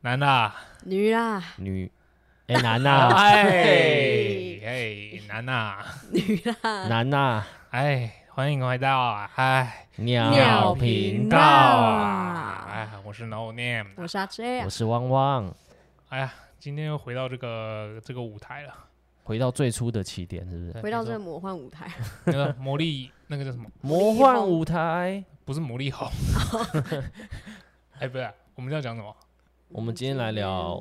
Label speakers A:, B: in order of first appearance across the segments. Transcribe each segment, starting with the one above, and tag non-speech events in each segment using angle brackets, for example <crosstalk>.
A: 男的啊，
B: 女啦，
C: 女， <laughs> 哎、男呐、
B: <laughs>
A: 哎哎，男的啊，
B: 女啦， <laughs>
C: 男呐、
A: 哎，欢迎回到啊，哎，
B: 鸟
C: 鸟
B: 频
C: 频
A: 道
C: 道，
A: 啊，哎，我是 No Name，
B: 我是阿 J 啊
C: 我，是汪汪。
A: 哎呀，今天又回到这个这个舞台了，
C: 回到最初的起点，是不是？
B: 回到这个
A: 个
B: 魔幻舞台， <laughs>
A: 那个魔力，那个叫什么？
C: 魔幻舞台，
A: 不是魔力
C: <laughs>
A: 红，哎，不是，我们要讲什么？
C: 我们今天来聊，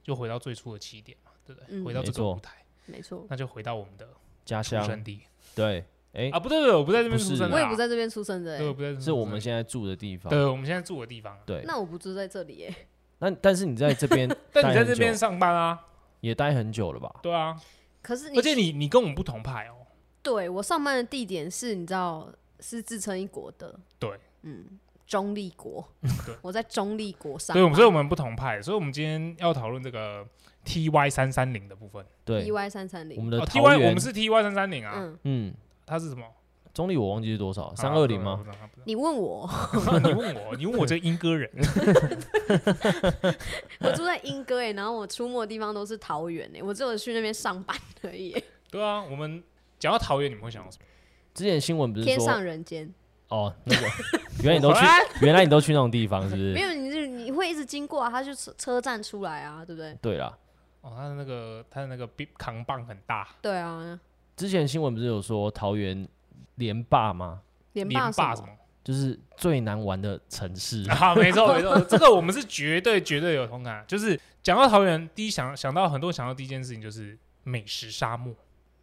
A: 就回到最初的起点嘛，对不对？
B: 嗯
A: 回到这个
C: 没错
A: 舞台，
B: 没错，
A: 那就回到我们的
C: 家
A: 出
C: 乡
A: 生，地
C: 对，哎、
A: 啊，不对，不对我不在这边
C: 不
A: 出
C: 是
A: 生的啊，
B: 我也不在这边出生的
A: 对，我啊
B: 欸，
A: 不在这边出生的，
C: 是我们现在住的地方，
A: 对，我们现在住的地方啊，
C: 对。
B: 那我不住在这里欸耶，
C: 那但是你在这边，
A: <laughs> 但你在这边上班啊，
C: 也待很久了吧？
A: 对啊，
B: 可是你
A: 而且你你跟我们不同派哦，
B: 对我上班的地点是，你知道是自成一国的，
A: 对，
B: 嗯，中立国
A: 对，
B: <laughs> 我在中立国上
A: 对，我们所以我们不同派，所以我们今天要讨论这个 T Y 三三零的部分。
C: 对，
B: ，EY 三三
C: 我
B: 零，
C: 们的
A: 哦，T
C: 桃
A: Y 我
C: 园，
A: 们是 T Y 三三零啊，
B: 嗯，
C: 嗯，
A: 它是什么？
C: 中立我忘记是多少，三二零
A: 啊
C: 吗？
A: 不知道不知道
B: 你问我， <laughs>
A: 不知道你问我，你问我这英歌人，
B: 我住在英歌哎，然后我出没的地方都是桃园哎，我只有去那边上班而
A: <laughs>
B: 已欸，
A: 对啊，我们讲到桃园，你们会想到什么？
C: 之前新闻不是
B: 天上
C: 说
B: 人间，
C: 哦，那个原来你都
A: <laughs>
C: 去， <laughs> 原来你都去那种地方，是不
B: 没
C: 是？
B: 有你就你会一直经过啊，它就车车站出来啊，对不对？
C: 对啦，
A: 哦，它的那个它的那个比扛棒很大，
B: 对啊，
C: 之前新闻不是有说桃园连霸吗？
B: 连
A: 连
B: 什
A: 霸
B: 么
A: 什？么？
C: 就是最难玩的城
B: <laughs>
C: 市，
A: 啊，没错没错，这个我们是绝对绝对有同感。就是讲到桃园，第一想想到很多人想到第一件事情就是美食沙漠，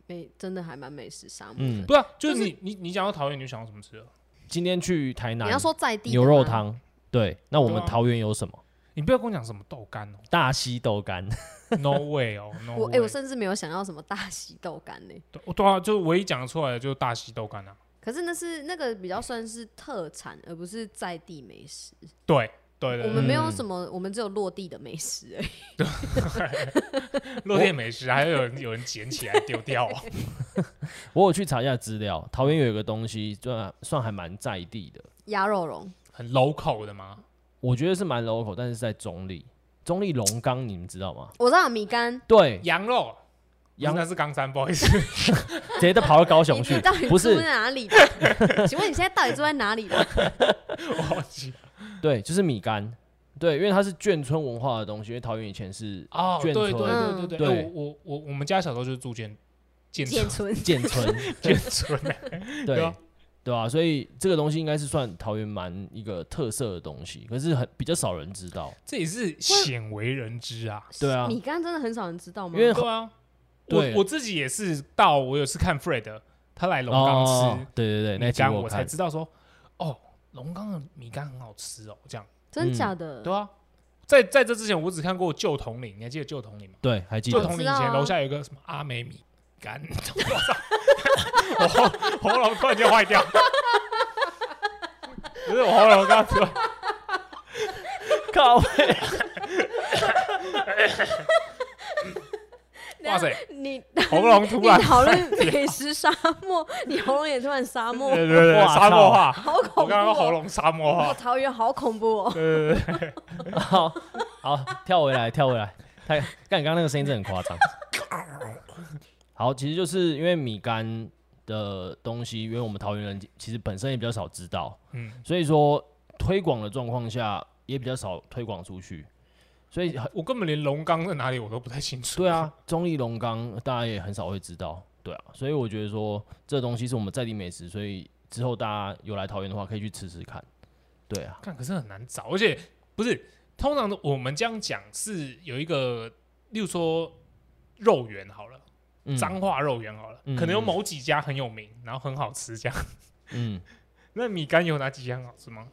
B: 美真的还蛮美食沙漠的。
C: 嗯
A: 不是啊？就是
B: 就是
A: 你你你讲到桃园，你就想到什么吃的？
C: 今天去台南，
B: 你要说在地的
C: 牛肉
B: 吗，
C: 汤，对，那我
A: 对
C: 们
A: 啊
C: 桃园有什么？
A: 你不要跟我讲什么豆干哦
C: 大溪豆干， <laughs>
A: ，no way 哦，no
B: 我哎、
A: way。
B: 我甚至没有想到什么大喜豆干呢、
A: 对哦对啊，就唯一讲得出来的就是大溪豆干啊。
B: 可是那是那个比较算是特产，而不是在地美食。
A: 对对
B: 我
A: 对
B: 们
A: 对，
B: 没
C: 嗯
B: 有什么，我们只有落地的美食而已。
A: 落地美食还有人有人捡起来丢掉啊。
C: 我有去查一下资料，桃园有一个东西算算还蛮在地的，
B: 鸭肉龙，
A: <laughs> 很 local 的吗？
C: 我觉得是蛮 local，但是在中立，中立龙岗你们知道吗？
B: 我知道有米干，
C: 对，
A: 羊肉，
C: 羊
A: 不是那是冈山，不好意思，
C: 直接都跑到高
B: 你 <laughs>
C: 雄
B: 你
C: 去
B: 到底，
C: 不
B: 住
C: 是，
B: 在哪里的？ <laughs> 请问你现在到底住在哪里的？
A: 我忘记了
C: 对，就是米干，对，因为它是眷村文化的东西，因为桃园以前是 <laughs>
A: 哦，对
C: 眷
A: 对
C: 村
A: 对对对，
C: 对
A: 哎我我我我们家小时候就是住建建
B: 建
A: 村
B: 村，<laughs>
C: 建村，
A: <laughs> 建村啊，对
C: 对
A: 啊
C: 对啊，所以这个东西应该是算桃园蛮一个特色的东西，可是很比较少人知道，
A: 这也是鲜为人知啊。
C: <laughs> 对啊
B: 米干真的很少人知道吗
C: 因？为
A: 对啊，
C: 对
A: 我我自己也是到我有次看 Fred，他来龙岗吃
C: 哦，对对对，那
A: 米
C: 集
A: 干，我才
C: 看，
A: 知道说，哦，龙岗的米干很好吃哦，这样。
C: 嗯
B: 真假的？
A: 对啊，在在这之前我只看过旧统领，你还记得旧统领吗？
C: 对，还记
A: 旧
C: 得
A: 统领
B: 我
A: 以
B: 知道
A: 前
B: 啊
A: 楼下有一个什么阿美米干， <laughs> 我操我喉喉咙突然间坏掉， <laughs> 不是我喉咙
B: <laughs>
A: 刚刚突然
C: <laughs> 靠，
B: 等
A: 哇
B: 下
A: 塞，
C: <laughs>
B: 你
A: 喉咙突然
B: 你讨论美食沙漠，你喉咙也突然沙漠
A: <laughs> 对，对对对
C: 哇
A: 沙漠
C: 靠
A: 化，
B: 好恐怖、哦！
A: 我刚刚喉咙沙漠
B: 哇，
A: 化，
B: 桃园好恐怖哦！
A: 对对对对，
C: 好好跳回来，跳回来，他干你刚刚那个声音真的很夸张。好，其实就是因为米干的东西，因为我们桃园人其实本身也比较少知道，
A: 嗯。
C: 所以说推广的状况下也比较少推广出去，所以很
A: 我根本连龙岗在哪里我都不太清楚。
C: 对啊，中立龙岗大家也很少会知道，对啊，所以我觉得说这东西是我们在地美食，所以之后大家有来桃园的话可以去吃吃看，对啊，
A: 看可是很难找，而且不是通常的我们这样讲是有一个，例如说肉圆好了，
C: 嗯
A: 彰化肉圆好了，
C: 嗯
A: 可能有某几家很有名，然后很好吃这样。 <laughs>
C: 嗯，
A: 那米干有哪几家很好吃吗？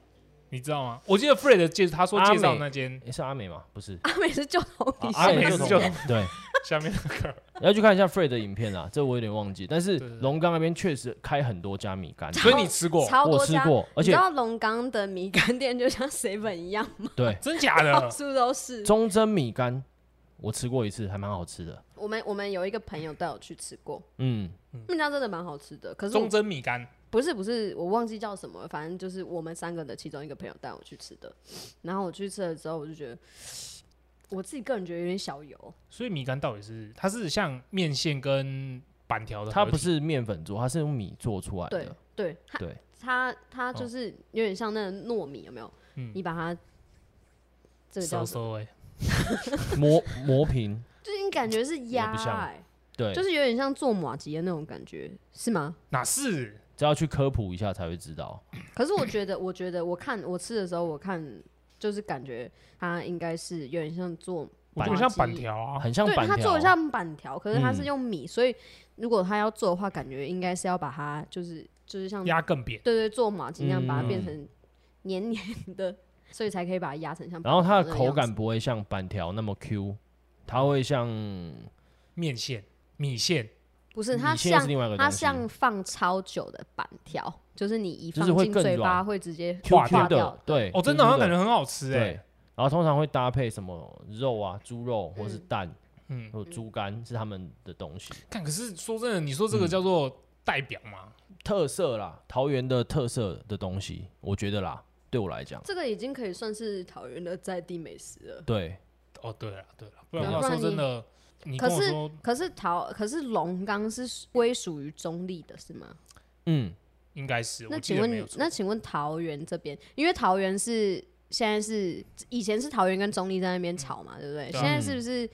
A: 你知道吗？我记得 Fred 介他说介
C: 阿
A: 绍
C: 美
A: 那
C: <laughs>
A: 间
C: 诶是阿美吗？不是，
B: 阿美是旧同你
A: 啊阿美
B: 下
A: 是
B: 面
A: 旧
C: 同对。
A: 下面那个，
C: 要去看一下 Fred 的影片啦，这我有点忘记。但是
A: 对对对
C: 龙岗那边确实开很多家米干，
A: 所以你吃过？
B: 超
C: 我
B: 多
C: 吃
B: 家。
C: 过，而
B: 你知
C: 且
B: 道龙岗的米干店就像 seven 一样，
C: 对啊
A: 真假
B: 到
A: 的？
B: 处都是。
C: 忠贞米干，我吃过一次，还蛮好吃的。
B: 我们我们有一个朋友带我去吃过，
C: 嗯，
B: 那家真的蛮好吃的。可是我
A: 忠贞米干
B: 不是不是，我忘记叫什么了，反正就是我们三个的其中一个朋友带我去吃的。然后我去吃了之后，我就觉得我自己个人觉得有点小油，
A: 所以米干到底是它是像面线跟板条的合体，
C: 它不是面粉做，它是用米做出来
B: 对
C: 的。
B: 对，它
C: 对，
B: 它它就
A: 哦
B: 是有点像那个糯米，有没有？
A: 嗯
B: 你把它这个叫
A: 收
B: 什么？
C: 欸
A: 收哎，
C: 磨磨平，
B: 就是你感觉是压
C: 也不像
B: 哎、 <laughs>
C: 对，
B: 就是有点像做马吉的那种感觉，是
C: <clears throat>
B: 吗？
A: 哪是？
C: 这要去科普一下才会知道。
B: 可是我觉得，我觉得我看我吃的时候，我看就是感觉它应该是有点像做
A: 我觉得
B: 麻
A: 像
B: 鸡
A: 板条啊，
C: 很像
B: 对，
C: 板
B: 它做
C: 条
B: 的，像板条，可是它是
C: 嗯
B: 用米，所以如果它要做的话，感觉应该是要把它就是就是像对
A: 压更扁，
B: 对做马筋那样把它变
C: 嗯
B: 成黏黏的，所以才可以把它压成像板
C: 然后它
B: 条
C: 的
B: 那个
C: 口
B: 样
C: 感
B: 子
C: 不会像板条那么 Q，它会像
A: 面线、米线，
B: 不是它
C: 米线又是
B: 像
C: 另外一个
B: 它
C: 东西，
B: 像放超久的板条，就是你一
C: 就
B: 放
C: 是会
B: 进
C: 更
B: 嘴巴
C: 软
B: 会直接
A: Q
B: 化
C: Q
B: 掉
C: 的，。对，
A: 哦，真的
C: 就是
A: 好
C: 那
A: 像
C: 个
A: 感觉很好吃哎，
C: 对。然后通常会搭配什么肉啊，猪肉或是
B: 嗯
C: 蛋，
A: 嗯，
C: 或者猪肝是他们的东西
A: 看可是说真的，你说
C: 嗯
A: 这个叫做代表吗？
C: 特色啦，桃园的特色的东西，我觉得啦，对我来讲，
B: 这个已经可以算是桃园的在地美食了。
C: 对，
A: 哦，对了对了，不然
C: 对
A: 我
B: 不
A: 说
B: 然
A: 真
B: 你
A: 的，你
B: 可
A: 跟我
B: 是
A: 说，
B: 可是桃，可是龙岗是归属于中立的，是吗？
C: 嗯，
A: 应该是，
B: 那
A: 我记
B: 请
A: 得没有
B: 问，
A: 错
B: 那请问桃园这边，因为桃园是现在是以前是桃园跟中立在那边吵嘛，对不对？
A: 对
B: 现
A: 啊
B: 在是不是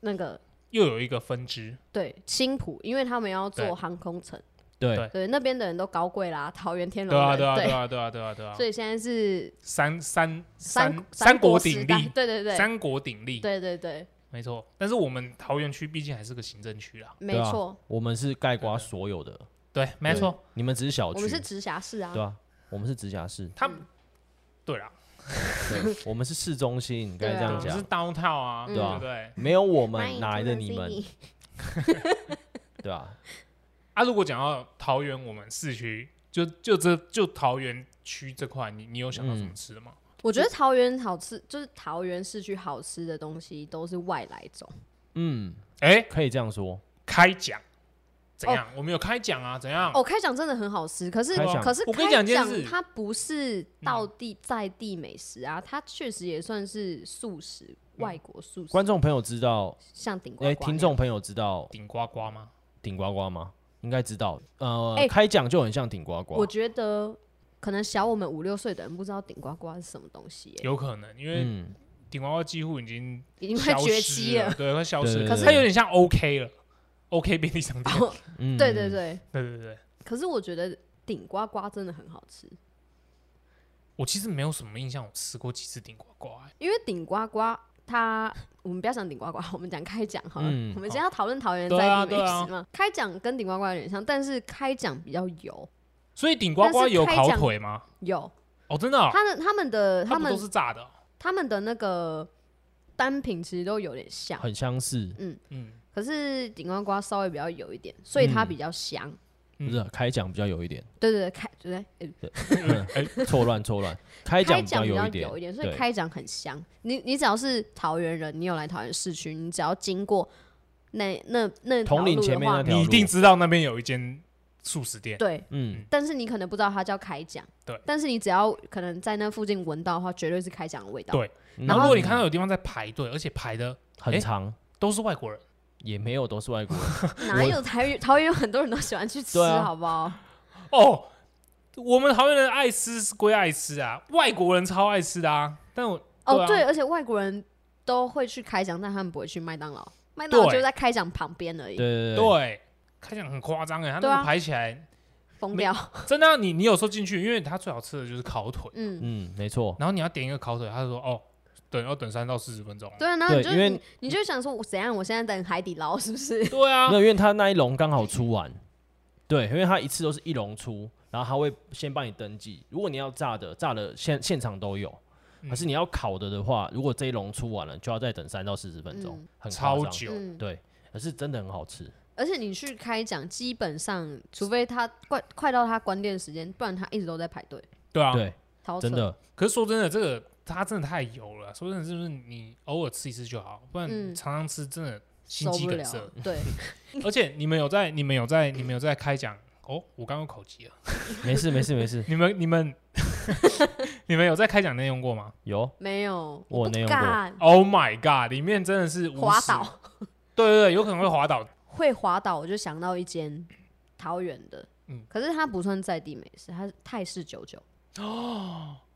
B: 那个
A: 又有一个分支，
B: 对青浦，因为他们要
A: 对
B: 做航空城，
C: 对
A: 对，
B: 对那边的人都高贵啦，桃园天龙
A: 对啊
B: 人
A: 对啊对啊对啊对啊对啊
B: 所，以现在是
A: 三三
B: 三
A: 三国
B: 时
A: 鼎
B: 代
A: 立，
B: 对对对，
A: 三国鼎立，
B: 对对对，
A: 没错。但是我们桃园区毕竟还是个行政区啦，
B: 没
C: 对啊
B: 错，
C: 我们是盖瓜所有的，
A: 对，没
C: 对
A: 错，，
C: 你们只是小
B: 我
C: 区
B: 们，是直辖市啊
C: 对，啊，我们是直辖市，
B: 嗯
A: 他们对啦，
C: 对，我们是市中心，你刚才
B: 对
C: 这
B: 啊
C: 样
A: 我们是
C: 讲，
A: 刀套啊，
B: 嗯
A: 对不对？
C: 没有我
B: 欢
C: 们
B: 迎
C: 哪来
B: 中
C: 的
B: 南
C: 你们
B: <laughs> City？
C: 对啊，
A: 啊，如果讲到桃园，我们市区就就这就桃园区这块，你你有想到
C: 嗯
A: 什么吃的吗？
B: 我
A: 嗯
B: 觉得桃园好吃，就是桃园市区好吃的东西都是外来种。
C: 嗯，
A: 哎，
C: 可以这样说，
A: 开讲怎样？我们有开讲啊，怎样？
B: 哦，开讲真的很好吃，可是
C: 开讲
B: 可是
A: 我跟你
B: 开
A: 讲
B: 讲
A: 一件事嗯
B: 它不是到地在地美食啊，它确实也算是素食，外
A: 嗯
B: 国素食。
C: 观众朋友知道，
B: 像顶呱呱
C: 哎，
B: 那样，
C: 听众朋友知道
A: 顶呱呱吗？
C: 顶呱呱吗？应该知道，呃，
B: 哎
C: 开讲就很像顶呱呱
B: 我，觉得可能小我们五六岁的人不知道顶呱呱是什么东西、欸，
A: 有可能，因为
C: 嗯，
A: 顶呱呱几乎已经
B: 已经快
A: 消
B: 绝
A: 失
B: 迹
A: 了，。对，快消失
C: 对
A: 了。
C: 对
A: 可是
C: 对
A: 它有点像 OK 了，OK 便利商店。
B: 哦，
C: 嗯
B: 对对，对，
A: 对对对，
B: 可是我觉得顶呱呱真的很好吃，
A: 我其实没有什么印象，我吃过几次顶呱呱、欸。
B: 因为顶呱呱它。我们不要讲顶呱呱，我们讲开讲好了。
C: 嗯
B: 我们今天要讨论桃园
A: 对啊
B: 在地美
A: 对啊
B: 食嘛，开讲跟顶呱呱有点像，但是开讲比较油，
A: 所以顶呱呱
B: 但是
A: 有
B: 开
A: 烤
B: 讲
A: 腿吗？
B: 有，
A: 哦，真的、哦，
B: 他的他们的
A: 它
B: 他
A: 不
B: 们
A: 都是炸的哦、
B: 他们的那个单品其实都有点像，
C: 很相似，
A: 嗯，
B: 可是顶呱呱稍微比较有一点，所以它比较香。
A: 嗯
C: 不是开讲比较有一点，
B: 对对对，开对不对，
A: 嗯哎
C: <laughs> 错乱错乱，开讲
B: 开
C: 比较
B: 讲比较
C: 一点
B: 有一点，，所以
C: 对，
B: 开讲很香。你你只要是桃园人，你有来桃园市区，你只要经过那那那条
C: 统领
B: 路
C: 前
B: 的
C: 面那
B: 话，
C: 条
A: 你一
C: 路
A: 定知道那边有一间素食店。
B: 对，
C: 嗯，
B: 但是你可能不知道它叫开讲，
A: 对
B: 但是你只要可能在那附近闻到的话，绝对是开讲的味道。
A: 对然
C: 嗯
A: 后如果你看到有地方在排队，而且排的
C: 很长，
A: 都是外国人，
C: 也没有都是外国人，
B: 哪有桃园桃园有很多人都喜欢去吃，
C: 对啊
B: 好不好？
A: 哦，我们桃园人爱吃是归爱吃啊，外国人超爱吃的啊。但我
B: 哦，
A: 对
B: 对，
A: 啊
B: 而且外国人都会去开奖，但他们不会去麦当劳，麦当劳
A: 对
B: 就在开奖旁边而
C: 对
B: 已，
C: 对对，
A: <laughs> 对，开讲很夸张哎，他
B: 对
A: 那
B: 啊
A: 个排起来，
B: 疯掉。
A: 真的啊、你你有时候进去，因为他最好吃的就是烤腿，
B: 嗯，
C: 嗯，没错，
A: 然后你要点一个烤腿，他就说哦，等要等三到四十分钟。
B: 对啊，然后你就
C: 因为
B: 你你就想说，我怎样？我现在等海底捞是不是？
A: 对啊
C: 没，有，因为他那一笼刚好出完，对，因为他一次都是一笼出，然后他会先帮你登记，如果你要炸的，炸的现现场都有。
B: 嗯
C: 可是你要烤的的话，如果这一笼出完了，就要再等三到四十分钟，
B: 嗯
C: 很夸
A: 超
C: 张。
A: 久，
B: 嗯，
C: 对，可是真的很好吃。
B: 而且你去开奖，基本上除非他快快到他关店时间，不然他一直都在排队，
A: 对啊，
C: 对，
B: 超扯
C: 真。的，
A: 可是说真的，这个它真的太油了。说真的，是不是你偶尔吃一次就好，不然
B: 嗯
A: 常常吃真的心
B: 受
A: 肌
B: 不
A: 梗
B: 了
A: 塞。，
B: 对，
A: 而且你们有在，你们有在，你们有在开讲哦，我刚刚有口急了。
C: 没事没事没事，
A: 你们你们 <laughs> 你们有在开讲内用过吗
C: 有
B: 没有，
C: 我
B: 不
C: 内用过
B: 敢
A: ？Oh my god！里面真的是无
B: 滑
A: 死
B: 倒， <laughs>
A: 对对对，有可能会滑倒。
B: 会滑倒，我就想到一间桃园的，
A: 嗯
B: 可是它不算在地美食，它是泰式九九，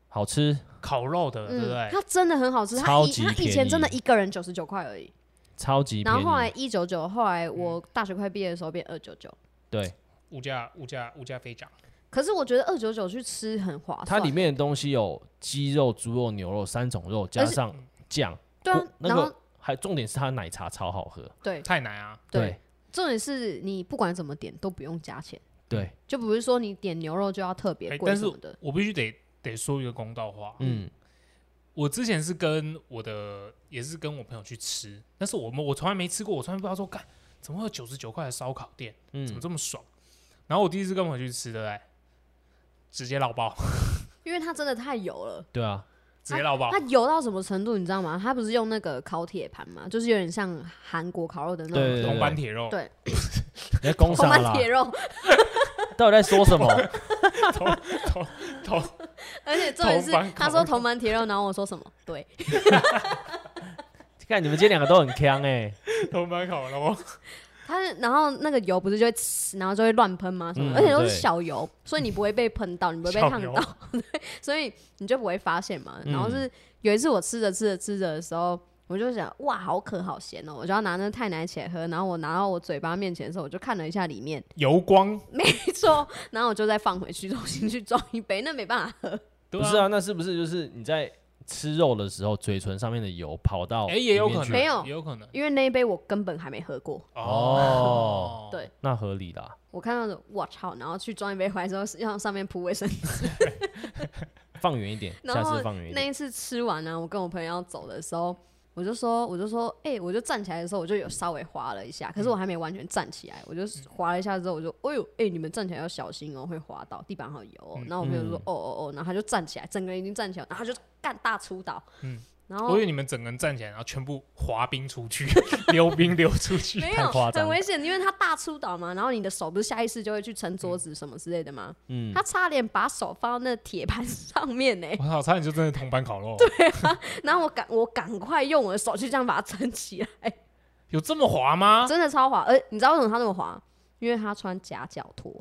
C: 好吃，
A: 烤肉的，对不
B: 嗯，
A: 对？
B: 它真的很好吃，它
C: 超
B: 以
C: 级
B: 它以
C: 便
B: 前真的
C: 宜
B: 一个人九十九块而已，
C: 超级
B: 然
C: 便
B: 后后来
C: 宜。嗯
B: 一九九，后来我大学快毕业的时候变二九九，
C: 对，
A: 物价物价物价飞涨。
B: 可是我觉得二九九去吃很划算，
C: 它里面的东西有鸡肉、猪肉、牛肉三种肉，加
B: 而且
C: 上酱，
B: 对啊
C: 锅，那
B: 然后
C: 个还重点是它的奶茶超好喝。
B: 对
A: 太难啊！
B: 对，重点是你不管怎么点都不用加钱，
C: 对，
B: 就不是说你点牛肉就要特别
A: 哎
B: 贵
A: 但
B: 什
A: 是
B: 么的，
A: 我必须得得说一个公道话，
C: 嗯，
A: 我之前是跟我的也是跟我朋友去吃，但是我们我从来没吃过，我从来不知道说干怎么会有九十九块的烧烤店，
C: 嗯
A: 怎么这么爽？然后我第一次跟我朋友去吃，对不对？直接烙包，
B: 因为它真的太油了。
C: 对啊，
A: <laughs> 直接烙包
B: 它，油到什么程度，你知道吗？它不是用那个烤铁盘嘛，就是有点像韩国烤肉的那
C: 对
B: 种
C: 对
A: 铜板铁肉，
B: 对
C: 你 <laughs> 在攻
B: 红
C: 啥
B: 板
C: 啦？
B: 铁肉， <laughs>
C: 到底在说什么？ <laughs>
A: 铜
B: 而且重点是
A: 铜板烤肉
B: 他说铜板铁肉，然后我说什么？对，
C: 看你们今天两个都很呛哎、
A: 铜板烤肉，
B: 它是然后那个油不是就会呲，然后就会乱喷吗？什么的？
C: 嗯
B: 而且都是
C: 对
B: 小油，所以你不会被喷到，你不会被
A: 小
B: 烫
A: 油
B: 到，对，所以你就不会发现嘛。然后
C: 嗯
B: 是有一次我吃着吃着吃着的时候。我就想，哇，好渴，好咸哦！我就要拿那个太奶起来喝，然后我拿到我嘴巴面前的时候，我就看了一下里面，
A: 油光，
B: 没错， <laughs> 然后我就再放回去，重新去装一杯，那没办法喝。
A: 对
C: 不是啊，那是不是就是你在吃肉的时候，嘴唇上面的油跑到
A: 哎，也有
C: 哦里面
A: 可
C: 去
A: 能，
B: 没有
A: 也有可能，
B: 因为那一杯我根本还没喝过，
C: 哦
B: 对
C: 那合理啦。
B: 我看到的我操，然后去装一杯回来之后，让上面铺卫生纸。
C: 放远一点，
B: 然
C: 下
B: 后
C: 次放远一
B: 那
C: 点。
B: 一次吃完呢、我跟我朋友要走的时候，我就说，我就说，哎、我就站起来的时候，我就有稍微滑了一下，可是我还没完全站起来，我就
A: 嗯
B: 滑了一下之后，我就，哎呦，哎、你们站起来要小心哦，会滑倒，地板好油、
A: 嗯
B: 哦。然后我朋友说，哦哦哦，然后他就站起来，整个人已经站起来，然后他就干大出倒，
A: 嗯
B: 然后
A: 我以为你们整个人站起来，然后全部滑冰出去， <laughs> 溜冰溜出
C: <laughs>
A: 去，
B: 没
C: 太
B: 有
C: 夸张
B: 很危险，因为他大出倒嘛，然后你的手不是下意识就会去撑桌子什么之类的吗？
C: 嗯
B: 他差点把手放到那铁盘上面
C: <laughs>
B: 呢、
A: 我操，差点就真的铜板烤肉，
B: 然后我赶我赶快用我的手去这样把它撑起来，
A: 有这么滑
C: 啊
A: 吗？
B: 真的超滑。而你知道为什么他那么滑？因为他穿夹脚拖，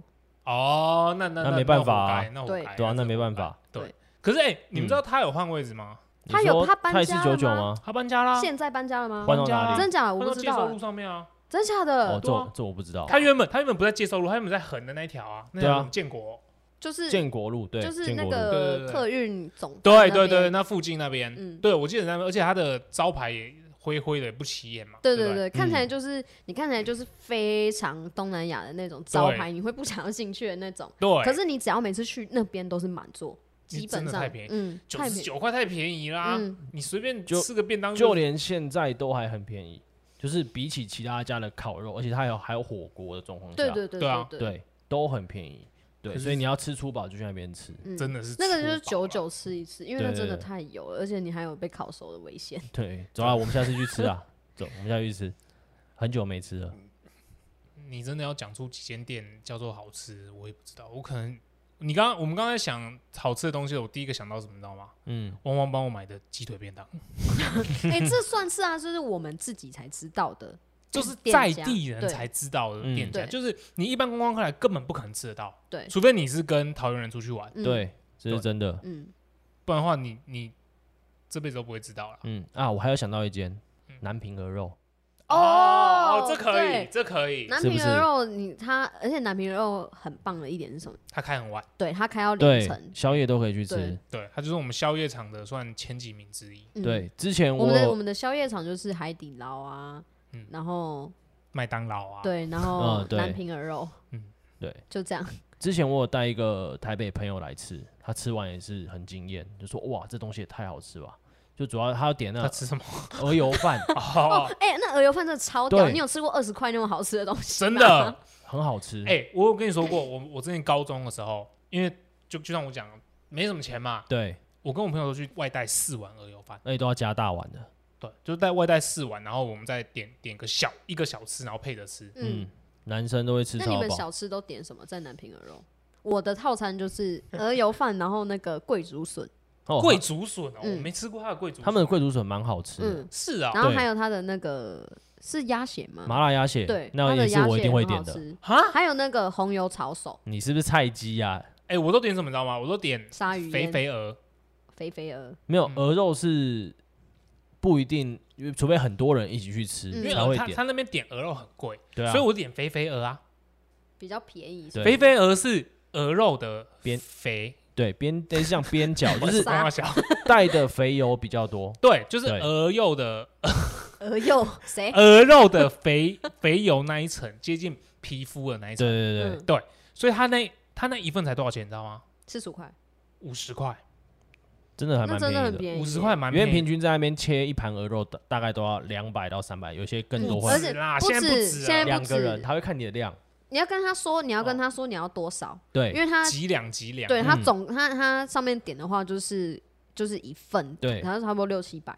A: 哦，那那
C: 那没办法
A: 那
C: 啊
A: 活该那活
B: 对
A: 该
C: 对啊，那
A: 真的
C: 没嗯办法。
A: 对
B: 对。
A: 可是哎，你们知道他有换位置吗？
C: 你
B: 他有
C: 说
B: 他搬
C: 他也是
B: 家
C: 九
B: 了
C: 九
B: 吗啊
C: 吗？
A: 他搬家啦，
B: 现在搬家了吗？
C: 搬到
A: 搬家
C: 哪
A: 了
C: 里？
B: 真假的我
A: 搬到
B: 不知
A: 介
B: 道
A: 绍
B: 欸、
A: 路上面啊。
B: 真假
C: 哦，
B: 的，
A: 对啊
C: 这这我不知道。
A: 他原本他原本不在介绍路，他原本在横的那一条啊，那
C: 哦对
A: 条
C: 啊
A: 什么建国，
B: 就是
C: 建国路对，
B: 就是
C: 建
B: 那
C: 国路
A: 对对
B: 个
A: 对
B: 客运总
A: 对
B: 站
A: 对
B: 那边
A: 对，那附近那边，
B: 嗯
A: 对我记得那边，而且他的招牌也灰灰的，也不起眼嘛。
B: 对
A: 对嗯
B: 对
A: 不，
B: 对，看起来就是、你看起来就是非常东南亚的那种招牌，你会不想要进去的那种。
A: 对，
B: 可是你只要每次去那边都是满座，
A: 你
B: 基本
A: 真的
B: 上
A: 太便宜
B: 嗯，
A: 九
B: 太
A: 十
B: 便宜。
A: 九块太便宜啦，
B: 嗯
A: 你随便
C: 就
A: 吃个便当
C: 就连现在都还很便宜，就是比起其他家的烤肉，而且它有还有火锅的状况下，
B: 对对对
A: 对啊
B: 对对，
C: 对都很便宜。对，
A: 可是
C: 所以你要吃粗饱就去那边吃。
B: 嗯
A: 真的是
B: 那个就是
A: 吃不
B: 久
A: 饱啦。
B: 久吃一次，因为
C: 对
B: 它
C: 对
B: 真的
C: 对
B: 太油了，而且你还有被烤熟的
A: <laughs>
B: 危险。
C: 对，走啊，我们下次去吃啊， <laughs> 走，我们下次去吃，很久没吃了。
A: 你真的要讲出几间店叫做好吃，我也不知道。我可能你刚刚我们刚才想好吃的东西，我第一个想到什么，你知道吗？
C: 嗯，
A: 汪汪帮我买的鸡腿便当，
B: 嗯哎，这算是啊，就是我们自己才知道的，
A: 就是
B: 店
A: 在
B: 家
A: 地人
B: 对
A: 才知道的
C: 嗯
A: 店家，
B: 对
A: 就是你一般观光客来根本不可能吃得到，
B: 对
A: 除非你是跟桃园人出去玩，
B: 嗯，
C: 对，这是真的。
B: 嗯，
A: 不然的话你你这辈子都不会知道了。
C: 嗯啊，我还有想到一间
A: 嗯
C: 南平鹅肉，
B: 哦
A: 这可以，
B: 对
A: 这可以，
B: 南
C: 是不
B: 平的
C: 是
B: 肉你它，而且南平的肉很棒的一点是什么？
A: 他开很晚，
B: 对，它开到凌
C: 对
B: 晨，。
C: 宵夜都可以去吃
B: 对。
A: 对他就是我们宵夜场的算前几名之一，
B: 嗯，
C: 对，之前
B: 我
C: 我
B: 们的我
C: 有
B: 们的宵夜场就是海底捞啊
A: 嗯，
B: 然后
A: 麦当劳啊，
B: 对，然后
C: 嗯对
B: 南平鹅肉
C: 对，
B: 就这样。
C: 之前我有带一个台北朋友来吃，他吃完也是很惊艳，就说哇，这东西也太好吃吧。就主要他要点那
A: 他吃什么？
C: 鹅油
A: <laughs>
C: 饭，
B: 哦
A: 哦，，
B: 哎、那鹅油饭真的超屌！
C: 对
B: 你有吃过二十块那么好吃的东西？
A: 真的，
C: 很好吃。
A: 哎，我有跟你说过，我我之前高中的时候，因为就就像我讲，没什么钱嘛，
C: 对，
A: 我跟我朋友都去外带四碗鹅油饭。
C: 而且都要加大碗的。
A: 对，就是在外带四碗，然后我们再点点个小一个小吃，然后配着吃。
B: 嗯，
C: 男生都会吃
B: 那你
C: 超
B: 们
C: 饱。
B: 小吃都点什么？在南平鹅肉，我的套餐
C: <laughs>
B: 就是鹅油饭，然后那个桂竹笋，
C: 哦
A: 贵竹笋哦，我
B: 嗯
A: 没吃过它的贵竹笋。
C: 他们的贵竹笋蛮好吃的，
B: 嗯，
A: 是啊，
B: 然后
C: 对
B: 还有它的那个是鸭血吗？
C: 麻辣鸭血，
B: 对，
C: 那
B: 它
C: 也
B: 的
C: 是
B: 鸭
C: 我一
B: 血
C: 定会
B: 很
C: 点
B: 好
C: 的。
B: 吃。
A: 哈，
B: 还有那个红油炒手、
C: 你是不是菜鸡啊呀？
A: 哎，我都点什么你知道吗？我都点
B: 鲨鱼
A: 肥
B: 烟、
A: 肥鹅，
B: 肥肥鹅，
C: 没有
A: 嗯
C: 鹅肉是不一定，因为除非很多人一起去吃
B: 嗯
A: 因为
C: 才
A: 鹅
C: 会
A: 他
C: 点。
A: 他那边点鹅肉很贵，
C: 对啊
A: 所以，我点肥肥鹅啊。
B: 比较便宜。
C: 对
A: 肥肥鹅是鹅肉的
C: 边
A: 肥，
C: 对边类似像
A: <laughs>
C: 边角，就是
B: 傻
A: 光小，
C: 带的肥油比较多。
A: 对，就是
C: 对
A: 鹅肉的
B: 鹅肉谁？
A: 鹅肉的肥肥油那一层，接近皮肤的那一层，
C: 对对对，
B: 嗯，
A: 所以它那它那一份才多少钱，你知道吗？
B: 四十五块，
A: 五十块，
C: 真的还
B: 那
C: 蛮
B: 真的
C: 便
B: 很
C: 宜的。
B: 便宜，
A: 五十块。蛮
C: 因为
A: 便宜
C: 平。均在那边切一盘鹅肉，大大概都要两百到三百，有些更多
B: 嗯
C: 会
B: 而且
A: 啦，
B: 不
A: 现在不
B: 止
A: 止
B: 现在
A: 啊，
B: 不
C: 两个人，
B: 止
C: 他会看你的量。
B: 你要跟他说，你要跟他说你要多少，因
C: 对
B: 为他
A: 几两几两，
B: 对他
C: 嗯
B: 总他他上面点的话就是就是一份，
C: 对
B: 然后差不多六七百，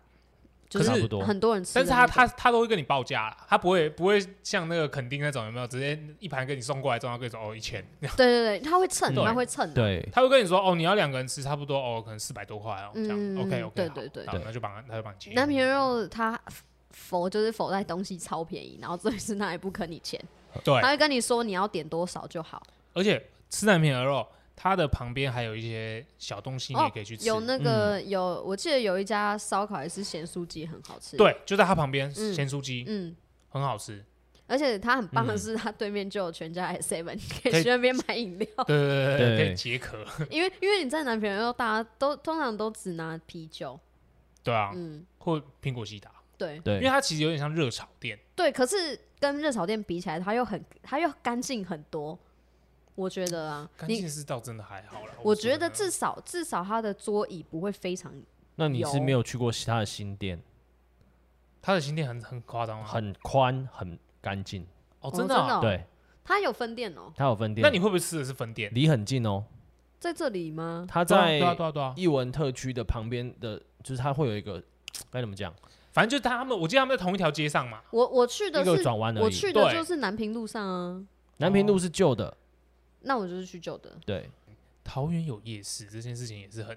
B: 就
A: 可是
C: 差不多
B: 很多人吃的
A: 但是
B: 那
A: 他他
B: 种。
A: 他都会跟你报价啦，他不会不会像那个肯定那种有没有直接一盘给你送过来，之后他跟你说哦一千，
B: 对对对，他会蹭，
C: 对
B: 他会蹭。
C: 对，
A: 他会跟你说哦你要两个人吃差不多哦可能四百多块哦这样
B: 嗯
A: ，OK OK，
B: 对对对
A: 那就帮他他就帮你切。
B: 南平肉他佛就是否在东西超便宜，然后这一次他也不坑你钱，
A: 对
B: 他，会跟你说你要点多少就好。
A: 而且吃南平鹅肉，它的旁边还有一些小东西你也可以去吃，
B: 哦有那
C: 嗯
B: 个有，我记得有一家烧烤也是咸酥鸡很好吃。，
A: 对，就在它旁边
B: 嗯
A: 咸酥鸡
B: 嗯，
A: 很好吃，
B: 而且他很棒的是，他对面就有全家 S Seven，可以
A: 可以
B: 去那边买饮料。 <laughs>
A: <laughs> 对对对对，可
C: 对
A: 以解渴，
B: 因为因为你在南平肉，大家都通常都只拿啤酒。
A: 对啊，
B: 嗯，
A: 或苹果西达，因
B: 对
A: 为
C: 对，
A: 它其实有点像热炒店，
B: 对，可是跟热炒店比起来，它又很它又干净很多。我觉得啊，
A: 干
B: 你
A: 净是倒真的还好啦，
B: 我
A: 说
B: 觉得
A: 真的
B: 至少至少它的桌椅不会非常
C: 那你是
B: 有
C: 没有去过其他的新店，
A: 它的新店很很夸张啊，
C: 很宽，很干净。
A: 哦
B: 哦
A: 真的啊，
B: 哦
C: 对，
B: 它有分店哦，
C: 它有分店。
A: 那你会不会吃的是分店？
C: 离很近哦，
B: 在这里吗？
C: 它
A: 对啊
C: 在
A: 对啊对啊对啊，
C: 艺文特区的旁边的，就是它会有一个该怎么讲，
A: 反正就是他们，我记得他们在同一条街上嘛，
B: 我我去的
C: 一个
B: 是
C: 转弯而
B: 我
C: 已。
B: 去哦的
A: 对
B: 就是南平路上啊，
C: 南平路是旧的，
B: 那我就是去旧的，
C: 对，
A: 桃园有夜市这件事情也是很，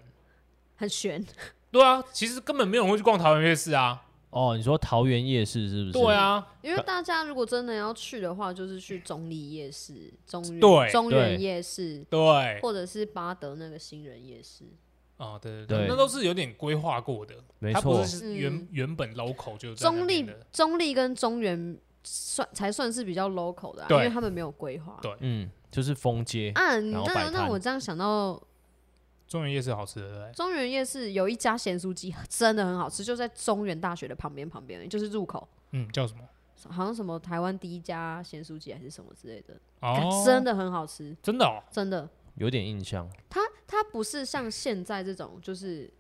B: 很悬。
A: 对啊，其实根本没有人会去逛桃园夜市啊，
C: 哦，你说桃园夜市是不是？
A: 对，啊，
B: 因为大家如果真的要去的话，就是去中立夜市、中
A: 对
B: 原中原
C: 对
B: 夜市，
A: 对，
B: 或者是巴德那个新人夜市。
A: 哦对对对，
C: 对
A: 那都是有点规划过的，
C: 没
A: 它不
C: 错，
A: 是原
B: 嗯
A: 原本 local 就在那
B: 中
A: 边
B: 立
A: 的，
B: 中立跟中原算才算是比较 local 的、啊，因
A: 对
B: 为他们没有规划。
A: 对
C: 嗯，就是封街，
B: 啊，你
C: 然后
B: 那
C: 摆
B: 那
C: 摊
B: 我这样想到
A: 中原夜市好吃的，对不对？
B: 中原夜市有一家咸酥鸡真的很好吃，就在中原大学的旁边旁边而已，就是入口，
A: 嗯，叫什么？
B: 好像什么台湾第一家咸酥鸡还是什么之类的，
A: 哦，
B: 真的很好吃，
A: 真的哦，
B: 真的。
C: 有点印象。
B: 它它不是像现在这种就是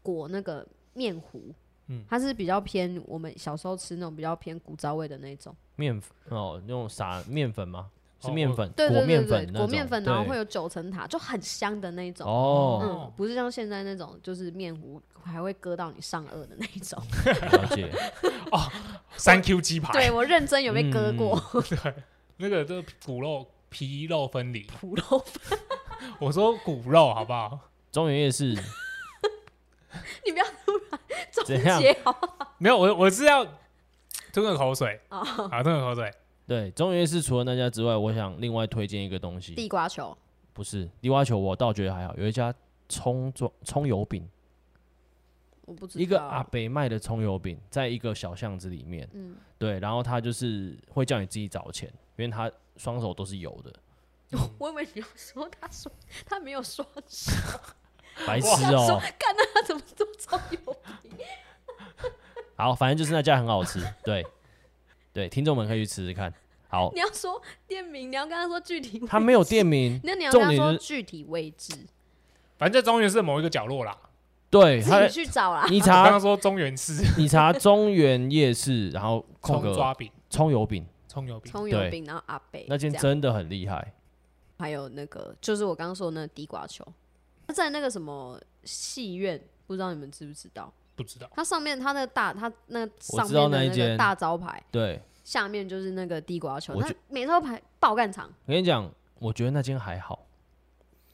B: 裹那个面糊，
A: 嗯
B: 它是比较偏我们小时候吃那种比较偏古早味的那种。
C: 面粉哦，那种撒面粉吗？是
A: 哦
C: 面
A: 我
C: 粉，
B: 对对
C: 裹
B: 对
C: 面
B: 对，
C: 粉那
B: 裹
C: 种，
B: 面粉，然后
C: 对
B: 会有九层塔，就很香的那一种。
C: 哦，
B: 嗯，不是像现在那种，就是面糊还会割到你上颚的那一
C: <laughs>
B: 种。
C: 了解，
A: 三 Q 鸡
C: 哎
A: 排，
B: 对我认真有被割过，
A: 那个都是骨肉皮肉分离，
B: 骨肉。
A: <laughs> 我说骨肉好不好？
C: 中原夜市
B: 你不要突然中
C: 嗯怎样
B: 邪好
A: 没有，我我是要吞个口水
B: 哦
A: 啊，好吞个口水，
C: 对中原夜市除了那家之外，我想另外推荐一个东西，
B: 地瓜球，
C: 不是地瓜球，我倒觉得还好，有一家葱装葱油饼，
B: 我不知道
C: 一个阿北卖的葱油饼，在一个小巷子里面，
B: 嗯
C: 对，然后他就是会叫你自己找钱，因为他双手都是油的，
B: 我以为你要说他说他没有双手，
C: 白痴
B: 想
C: 哦、
B: 说干那他怎么做葱油饼？
C: <laughs> 好，反正就是那家很好吃，对对，听众们可以去吃吃看。好，
B: 你要说店名，你要跟他说具体位，
C: 他没有店名，
B: 那你要跟
C: 重
B: 他
C: 点
B: 说
C: 是
B: 具体位置，
A: 反正在中原市的某一个角落啦。
C: 对
B: 自
C: 他
B: 己去找啦。
C: 你
A: 我刚
C: 查
A: 刚说中原市
C: 你查中原夜市，然后空
A: 葱
C: 格
A: 抓饼、
C: 葱油饼
A: 葱油饼，
B: 葱油
C: 对
B: 饼，然后阿北
C: 那间
B: 这样
C: 真的很厉害，
B: 还有那个就是我刚刚说的那个地瓜球，它在那个什么戏院，不知道你们知不知道？
A: 不知道
B: 它上面它那个大它那个
C: 我
B: 上
C: 知道
B: 面的
C: 那一
B: 那
C: 间
B: 个大招牌，
C: 对，
B: 下面就是那个地瓜球，
C: 我
B: 那
C: 觉
B: 每次都排爆干场。
C: 我跟你讲，我觉得那间还好，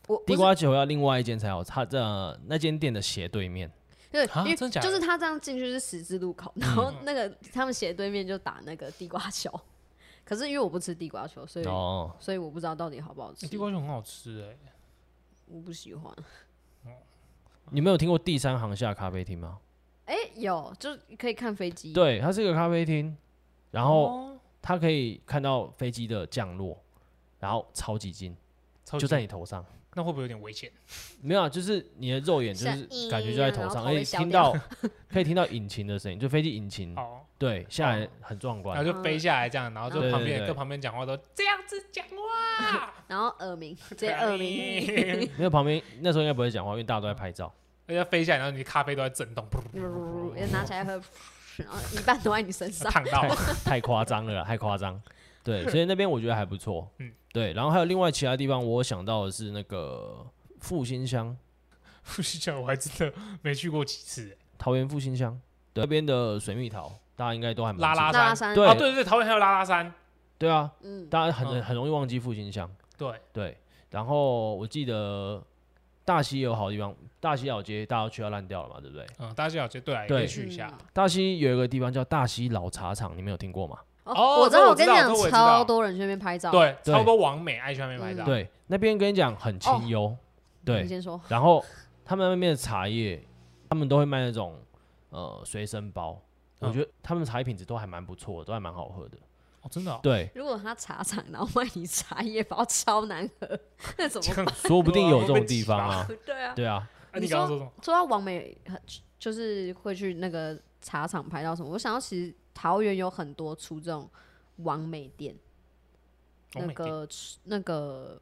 B: 我
C: 地
B: 不是
C: 瓜球要另外一间才好，它在、呃那间店的斜对面。
B: 对，
A: 啊
B: 因为
A: 真假
B: 就是
A: 的
B: 他这样进去是十字路口，
C: 嗯
B: 然后那个他们斜对面就打那个地瓜球，可是因为我不吃地瓜球，所以
C: 哦，
B: 所以我不知道到底好不好吃
A: 欸、地，瓜球很好吃哎、
B: 我不喜欢。
C: 你没有听过第三航下咖啡厅吗？
B: 哎，有就是可以看飞机，
C: 对，它是一个咖啡厅，然
B: 哦
C: 后它可以看到飞机的降落，然后超级近，
A: 超级
C: 就在你头上。
A: 那会不会有点危险？
C: 没有啊，就是你的肉眼就
B: 像
C: 是
B: 咦
C: 感觉就在头
B: 然后
C: 上，
B: 头
C: 而
B: 会
C: 且
B: 削
C: 听
B: 掉
C: 到可以听到引擎的声音，就飞机引擎
A: 哦，
C: 对下来很壮
A: 然后
B: 哦
C: 观。
A: 就飞下来这样，然后就
C: 对
A: 旁
C: 对
A: 边
C: 对
A: 跟旁边讲话都这样子讲话，
C: <laughs>
B: 然后
A: <laughs>
B: 耳鸣，直接耳鸣， <laughs>
C: 没有旁边那时候应该不会讲话，因为大家都在拍照。
A: 而且哎飞下来，然后你咖啡都在震
B: <laughs>
A: 动， <laughs> 噗
B: 也拿起来喝， <laughs> 然后一半都在你
A: <laughs>
B: 身上。
A: 烫到。
C: 太夸张了啦，太夸张。对，所以那边我觉得还不错。嗯
A: 嗯，
C: 对。然后还有另外其他地方，我想到的是那个复兴乡，
A: 不是讲，我还真的没去过几次、欸。
C: 桃园复兴乡对那边的水蜜桃，大家应该都还蛮
A: 拉拉
C: 知
A: 山
B: 那山，
C: 对
A: 哦，对对对，桃园还有拉拉山，
C: 对啊，
B: 嗯，
C: 大家很
A: 嗯
C: 很容易忘记复兴乡。
A: 对，
C: 对，然后我记得大溪有好地方，大溪老街大家都去到烂掉了嘛，对不对？
A: 嗯，大家小街对啊，也
C: 对
A: 可以去一下。
B: 嗯
C: 大溪有一个地方叫大溪老茶厂，你们有听过吗？
B: 哦，
A: 哦
B: 我知
A: 这
B: 道，
A: 我
B: 跟
A: 知
B: 你
A: 道
B: 讲
A: 这我，也知
B: 超
A: 道
B: 多人去那边拍照。，
A: 对，
C: 对
A: 超多网美爱去那边拍照。
C: 对，那边跟你讲很清幽，
A: 哦
C: 对
B: 你，先说。
C: 然后他们那边的茶叶，他们都会卖那种呃随身包，我
A: 嗯
C: 觉得他们的茶叶品质都还蛮不错的，都还蛮好喝的。
A: 哦，真的、哦，
C: 对，
B: 如果他茶厂然后卖你茶叶包超难喝， <laughs> 那怎么办？
C: 说不定有这种地方啊。
B: <laughs> 对啊，
C: 对啊，
A: 啊、
B: 你
A: 你刚刚说
B: 说
A: 什么？
B: 说到王美，很就是会去那个茶厂拍到什么？我想到其实桃园有很多出这种王美店，
A: 王
B: 那
A: 美店
B: 个吃那个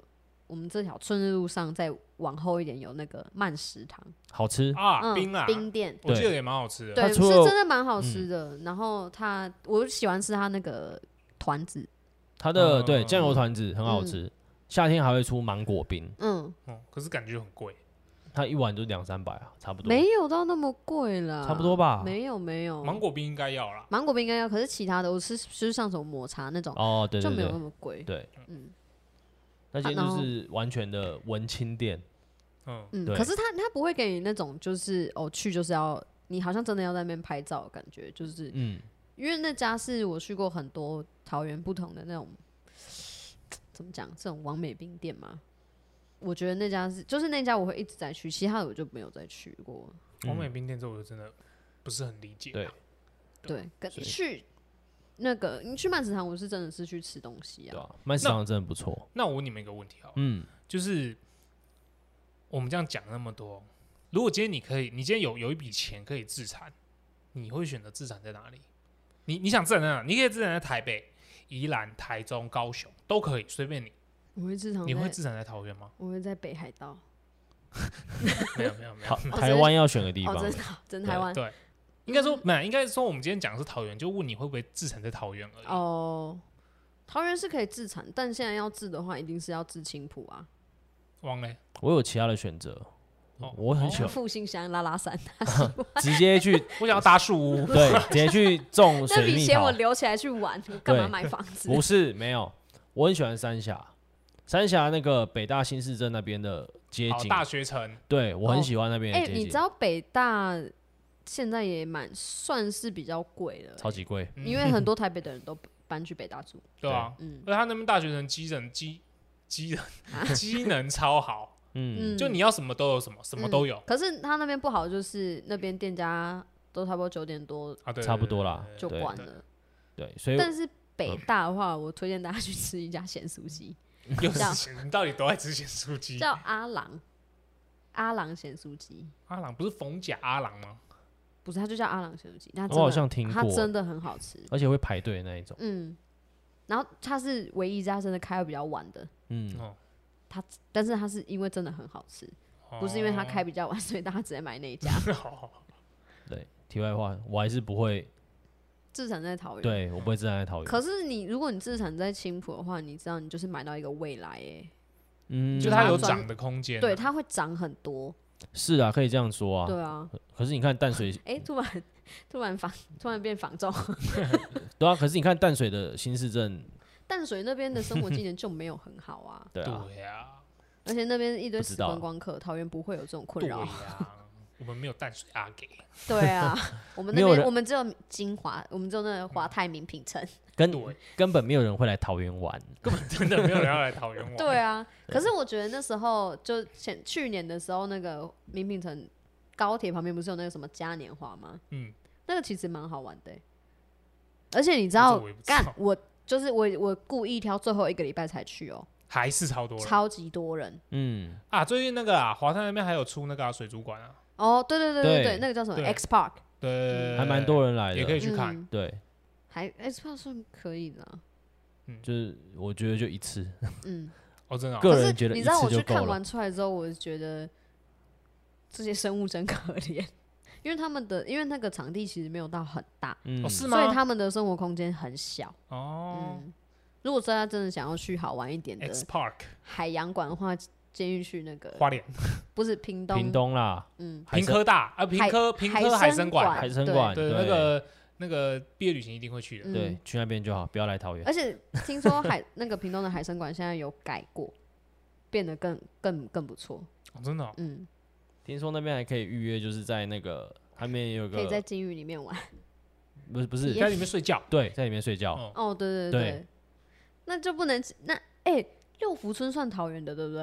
B: 我们这条春日路上再往后一点有那个慢食堂，
C: 好吃。
A: 啊，
B: 嗯，
A: 冰啊，
B: 冰店。
A: 我记
C: 对嗯
A: 得也蛮好吃的。
B: 对，
C: 它
B: 是
C: 除了
B: 真的蛮好吃的。然后它，我喜欢吃它那个团子，
C: 它的
A: 嗯
C: 对酱油团子很好吃，夏天还会出芒果冰，
B: 嗯，
A: 嗯，可是感觉很贵。
C: 它一碗就两三百啊，差不多。
B: 没有到那么贵啦，
C: 差不多吧
B: 没有没有，
A: 芒果冰应该要啦，
B: 芒果冰应该要，可是其他的我吃就是像什么抹茶那种，
C: 哦，对
B: 就
C: 对
B: 没有那
C: 对
B: 么贵。
C: 对，
B: 嗯
C: 那间
B: 啊然
C: 就
B: 后
C: 是完全的文青店，
A: 嗯，
B: 嗯，
C: 哦对
B: 可是他他不会给你那种就是哦去就是要你好像真的要在那边拍照的感觉，就是
C: 嗯，
B: 因为那家是我去过很多桃园不同的那种，怎么讲这种完美冰店嘛。我觉得那家是，就是那家我会一直在去，其他的我就没有再去过。
A: 王美冰店这我就真的不是很理解。
C: 嗯对
B: 对，跟
C: 所以
B: 去那个你去慢食堂，我是真的是去吃东西
C: 对
B: 啊。
C: 吧？麦食堂真的不错，
A: 那我问你们一个问题好了，
C: 嗯，
A: 就是我们这样讲那么多，如果今天你可以，你今天有有一笔钱可以自产，你会选择自产在哪里？你你想自产在哪？你可以自产在台北、宜兰、台中、高雄都可以，随便你。
B: 我会自常
A: 你会
B: 在，
A: 自产在桃园吗？ <laughs>
B: 我会在北海道。
A: 没有没有没有
C: 好，，
B: 哦
C: 台湾要选个地
B: 哦，
C: 方，
B: 真的哦，真台湾
A: 对，应该说没有，应该说我们今天讲的是桃园，就问你会不会自产在桃园而已。
B: 哦。桃园是可以自产，但现在要自的话，一定是要自青浦啊，
A: 王嘞，
C: 我有其他的选择，
A: 哦
C: 我很喜欢
B: 复兴乡拉拉山，
C: 直接去，
A: 我想要搭树屋
C: <laughs> 对，直接去种
B: 那
C: 水
B: 笔
C: 蜜
B: 钱
C: 桃
B: 我。留起来去玩，我干嘛
C: 对
B: 买房
C: <laughs>
B: 子？
C: 不是，没有，我很喜欢三峡，三峡那个北大新市镇那边的街
A: 好
C: 景，
A: 大学城，
C: 对我
B: 哦
C: 很喜欢那边
B: 哎、
C: 的街
B: 你知
C: 景，
B: 道北大现在也蛮算是比较贵了、
C: 超级贵。
A: 嗯
B: 因为很多台北的人都搬去北大住，
A: 对啊，
B: 嗯啊
A: 而且他那边大学城机能机机能 <laughs> 机能超好，
C: 嗯，
B: 嗯，
A: 就你要什么都有什么，什么都有
B: 嗯。可是他那边不好，就是那边店家都差不多九点多
A: 啊，对，
C: 差不
A: <laughs>
C: 多啦
A: 对
B: 就
A: 对对
C: 对嗯
B: 关了。
C: 对，所以
B: 但是北大的话，我推荐大家去吃一家咸酥鸡，
A: 对又
B: 这样
A: 是咸你到底多爱吃咸酥
C: 嗯
A: 鸡？
B: 叫阿郎，阿郎咸酥鸡，
A: 阿郎不是冯甲阿郎吗？
B: 不是，它就叫阿郎咸酥鸡。它
C: 我
B: 真的
C: 好像听
B: 它
C: 过
B: 真的很好吃，
C: 而且会排队的那一种，
B: 嗯。然后它是唯一一家真的开的比较晚的，
C: 嗯，
A: 哦，
B: 但是它是因为真的很好吃，不是因为
A: 哦
B: 嗯它开比较晚，所以大家直接买那一家。
A: <laughs> 好，
C: 对。题外话，我还是不会，
B: 自产在桃园，
C: 对我不会自然在桃园，
B: 可是你如果你自产在青浦的话，你知道你就是买到一个未来哎、
C: 嗯，
A: 就它有涨的空间啊。
B: 对，它会涨很多，
C: 是啊，可以这样说啊。
B: 对啊。
C: 嗯
B: <laughs>
C: 可是你看淡水 <laughs>
B: 哎、突然突然仿突然变仿中，
C: 对啊，可是你看淡水的新市镇，，
B: 淡水那边的生活技能就没有很好啊
C: 对啊，
A: 对呀，
B: 而且那边一堆
C: 不知
B: 死
C: 道
B: 观光客，桃园不会有这种困
A: 对
B: 扰。
A: 呀，我们没有淡水阿给， <laughs>
B: 对
C: <laughs>
B: 啊，我们
C: 没
B: 那
C: 有
B: 边
C: 人
B: 我们只有金华，我们只有那个华泰名品城。
C: 根
A: 对，
C: 根本没有人会来桃园玩，
A: 根本真的没有人要来桃园玩。
B: 对啊，可是我觉得那时候就前去年的时候，那个名品城高铁旁边不是有那个什么嘉年华吗？
A: 嗯，
B: 那个其实蛮好玩的欸、而且你知
A: 这
B: 道
A: 我也不，知
B: 干
A: 道
B: 我就是我我故意挑最后一个礼拜才去哦、
A: 还是超多人
B: 超级多人。
C: 嗯，
A: 啊！最近那个啊，华泰那边还有出那个啊水族馆啊，
B: 哦，对对对
C: 对
B: 对对，那个叫什么
A: 对
B: X Park，
A: 对，
C: 还蛮多人来
A: 也可以
C: 的，
A: 去看。
B: 嗯、
C: 对，
B: 还 X Park 算可以的啊、
C: 就是我觉得就一次，
B: 嗯。
A: 哦，真的哦
C: 个
B: 可是
C: 人觉得
B: 你
C: 一
B: 知道
C: 次
B: 我
C: 就
B: 去
C: 够
B: 看
C: 了，
B: 完出来之后，我就觉得这些生物真可怜， <laughs> 因为他们的因为那个场地其实没有到很大，
C: 嗯
A: 哦，是
B: 所以
A: 吗？
B: 他们的生活空间很小。
A: 哦
B: 嗯，如果大家真的想要去好玩一点的
A: ，X Park
B: 海洋馆的话，建议去那个
A: 花莲
B: 不是屏东，
C: 屏东啦，
B: 嗯，
C: 海
A: 平
C: 参
A: 科大啊，平
B: 海
A: 科平科海参馆，
C: 海参馆
A: 对
C: 啊
A: 那
C: 对
A: 个那个毕业旅行一定会去的。
B: 嗯
C: 对，去那边就好，不要来桃园
B: 而，且听说海 <laughs> 那个屏东的海参馆现在有改过，变得更更更不错。
A: 哦，真的哦
B: 嗯，
C: 听说那边还可以预约，就是在那个他们有
B: 可以在
C: 个
B: 金鱼里面玩。
C: 不是不
B: 体
C: 是
B: 验
A: 在里面睡觉。
C: 对，在里面睡觉，
A: 哦
B: 哦，对对
C: 对
B: 对，那就不能那哎、六福村算桃园的对不对？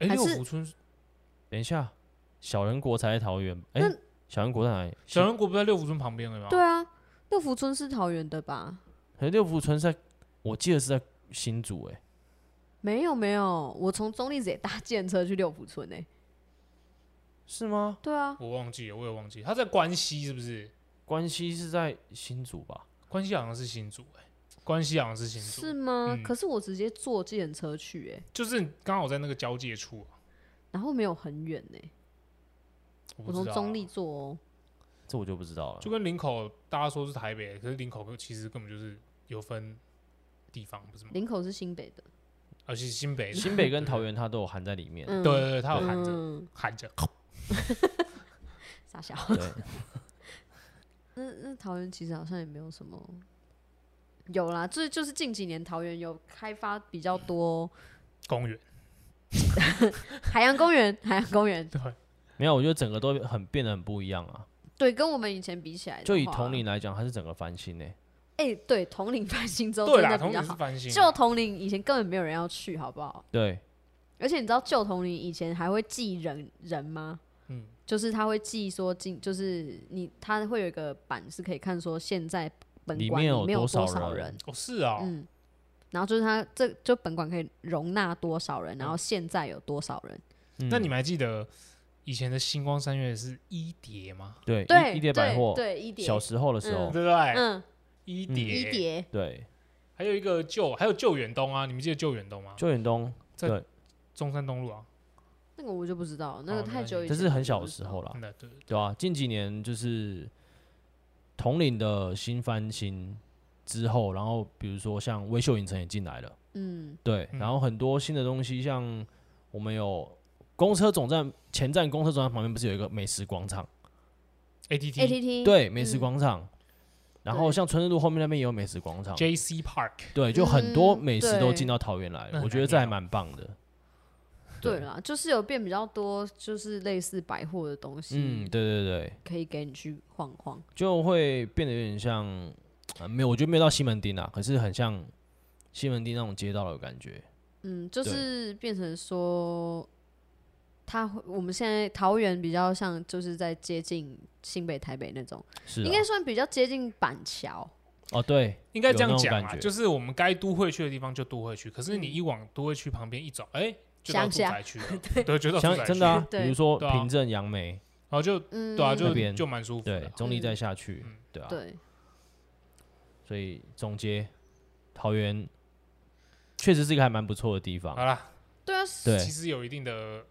A: 哎，
B: 还
A: 六
B: 是
A: 福村，
C: 等一下，小人国才在桃园，哎
B: 那，
C: 小人国在哪里？
A: 小人国不在六福村旁边了吗？
B: 对啊，六福村是桃园的吧？
C: 可是六福村是在，我记得是在新竹哎、
B: 没有没有，我从中立直接搭 <laughs> 建车去六福村欸诶、
C: 是吗？
B: 对啊，
A: 我忘记了，我也忘记了，他在关西是不是？
C: 关西是在新竹吧？
A: 关西好像是新竹，哎，关西好像是新
B: 是
A: 竹，
B: 吗？
A: 嗯
B: 可是我直接坐计程车去诶、欸
A: 就是刚好在那个交界处啊。
B: 然后没有很远诶、
A: 我
B: 我
A: 不
B: 从
A: 知道
B: 中
A: 啊
B: 立坐哦、
C: 这我就不知道了
A: 就。跟林口大家说是台北，可是林口其实根本就是有分地方，不是吗？
B: 林口是新北的，
A: 而且新北，
C: 新北跟桃园它都有含在
B: <laughs>
C: 里面。
B: 嗯，
A: 对，对对，他有含着
B: 嗯，
A: 含着，
B: 傻笑。
C: 对，
B: 那那桃园其实好像也没有什么，有啦，这就是近几年桃园有开发比较多 <laughs>
A: 公园，
B: 海洋公园， <laughs> 海洋公园
A: 对，
C: 没有，我觉得整个都很变得很不一样啊。
B: 对，跟我们以前比起来的话，
C: 就以同龄来讲，它是整个翻新诶、
B: 哎、对，同龄翻新之后
A: 对
B: 真
A: 啦，
B: 的比
A: 同
B: 较
A: 年是啊
B: 好。
A: 翻新，
B: 旧同龄以前根本没有人要去，好不好？
C: 对，
B: 而且你知道旧同龄以前还会记人人吗？
A: 嗯，
B: 就是他会记说今，就是你他会有一个板是可以看说现在本
C: 里
B: 馆
C: 面
B: 里
C: 有
B: 面有
C: 多少
B: 少
C: 人
B: 人，
A: 哦是啊，
B: 嗯，然后就是他这就本馆可以容纳多少人，然后现在有多少人，
C: 嗯
A: 那你们还记得以前的星光三月是一叠吗？
C: 对
B: 对，
C: 一一叠百
B: 对
C: 货，
B: 对一叠
C: 小，时候的时候，
A: 对不对？
B: 嗯，
A: 一
B: 一
A: 叠，
B: 叠，
C: 对，
A: 还有一个旧，还有旧远东啊，你们记得旧远东吗？
C: 就远东，
A: 中山东路啊，
B: 那个我就不知道，那
A: 哦
B: 个
A: 没
B: 太
A: 关系
B: 久以前，
C: 这是很小的时候。啦
A: 真，
B: 嗯
A: 的对，
C: 对啊，近几年就是同龄的新翻新之后，然后比如说像微秀影城也进来了。
B: 嗯，
C: 对，然后很多新的东西，像我们有公车总站前站，公车总站旁边不是有一个美食广场？
A: ATT
B: ATT
C: 对，美食
B: 嗯
C: 广场。然后
B: 对
C: 像春日路后面那边也有美食广场，
A: JC Park，
C: 对，就很多
B: 嗯
C: 美食都
B: 对嗯
C: 进到桃园来
A: 那
C: 了，我
A: 很
C: 觉得
A: 难
C: 这还
A: 料
C: 蛮棒的。
B: 对啦，就是有变比较多，就是类似百货的东西，
C: 嗯，对对对，
B: 可以给你去晃晃。
C: 就会变得有点像，呃没有，我觉得没有到西门町啊，可是很像西门町那种街道的感觉。
B: 嗯，就
C: 对
B: 是变成说，它会我们现在桃园比较像，就是在接近新北、台北那种，
C: 是啊
B: 应该算比较接近板桥。
C: 哦，对，
A: 应该这样
C: 有那
A: 讲
C: 种感
A: 啊，
C: 觉
A: 就是我们该都会去的地方就都会去，可是你一往都会去旁边一走，哎，就到
B: 嗯乡
A: 住
B: 下
A: 宅区了，对，就到住
C: 像
A: 宅区
C: 真的
A: 了，
C: 啊，比
B: 对
C: 如说
A: 对啊
C: 平镇、杨梅，
A: 然后就
B: 嗯，
A: 对啊，
C: 那
A: 就
C: 边
A: 就蛮舒服
C: 对
A: 的，，啊
C: 中立再
B: 嗯
C: 下去，对啊，
B: 对，
C: 所以总结，桃园确实是一个还蛮不错的地方
A: 好。啦，
B: 对啊，
C: 对
A: 其实有一定的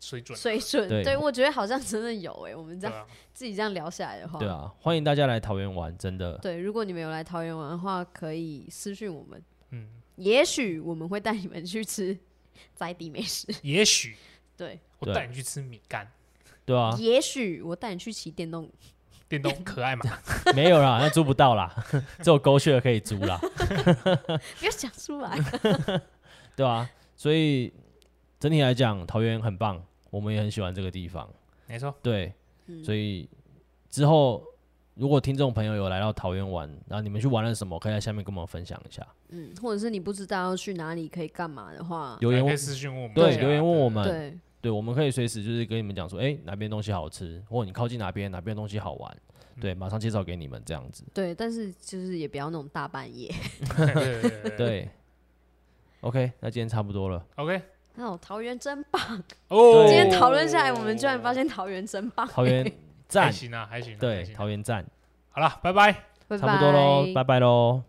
A: 水准，
B: 水准，
C: 对
B: 对我觉得好像真的有诶、我们这
A: 对
B: 样
A: 啊，
B: 自己这样聊下来的话，
C: 对啊，欢迎大家来桃园玩，真的。
B: 对，如果你们有来桃园玩的话，可以私讯我们，
A: 嗯，
B: 也许我们会带你们去吃 <laughs> 在地美食。
A: 也许
B: 对，
A: 我
C: 对
A: 带你去吃米干，
C: 对啊，
B: 也许我带你去骑电动
A: 电动可爱
C: <laughs>
A: 嘛，
C: 没有啦，那租不到啦， <laughs> 只有狗血可以租啦，
B: 不要讲出来。
C: 对啊，所以整体来讲，桃园很棒，我们也很喜欢这个地方。
A: 没错，
C: 对，
B: 嗯
C: 所以之后如果听众朋友有来到桃园玩，然后你们去玩了什么，可以在下面跟我们分享一下，
B: 嗯，或者是你不知道要去哪里可以干嘛的话，
C: 留言
A: 哎可以
C: 问，
A: 私讯问我们一
C: 对，
A: 下
C: 留言问我们，
B: 对，
C: 对，我们可以随时就是跟你们讲说，哎、哪边东西好吃，或你靠近哪边哪边东西好玩，对，马上介绍给你们这样子。
B: 对，但是就是也不要那种大半夜。 <laughs>
A: 对对对对
C: <laughs>
A: 对
C: 对，OK，那今天差不
B: <laughs>
C: 多了。
A: ，OK，
B: 那种桃园真棒！
A: 哦，
B: 今天讨论下来，我们居然发现桃园真棒。
C: 桃园
A: 还
C: 站，
A: 行啊，还行啊，
C: 对
A: 还，行啊
C: 桃园站，
A: 好了，拜拜。
B: 拜
C: 差不多喽，拜拜喽。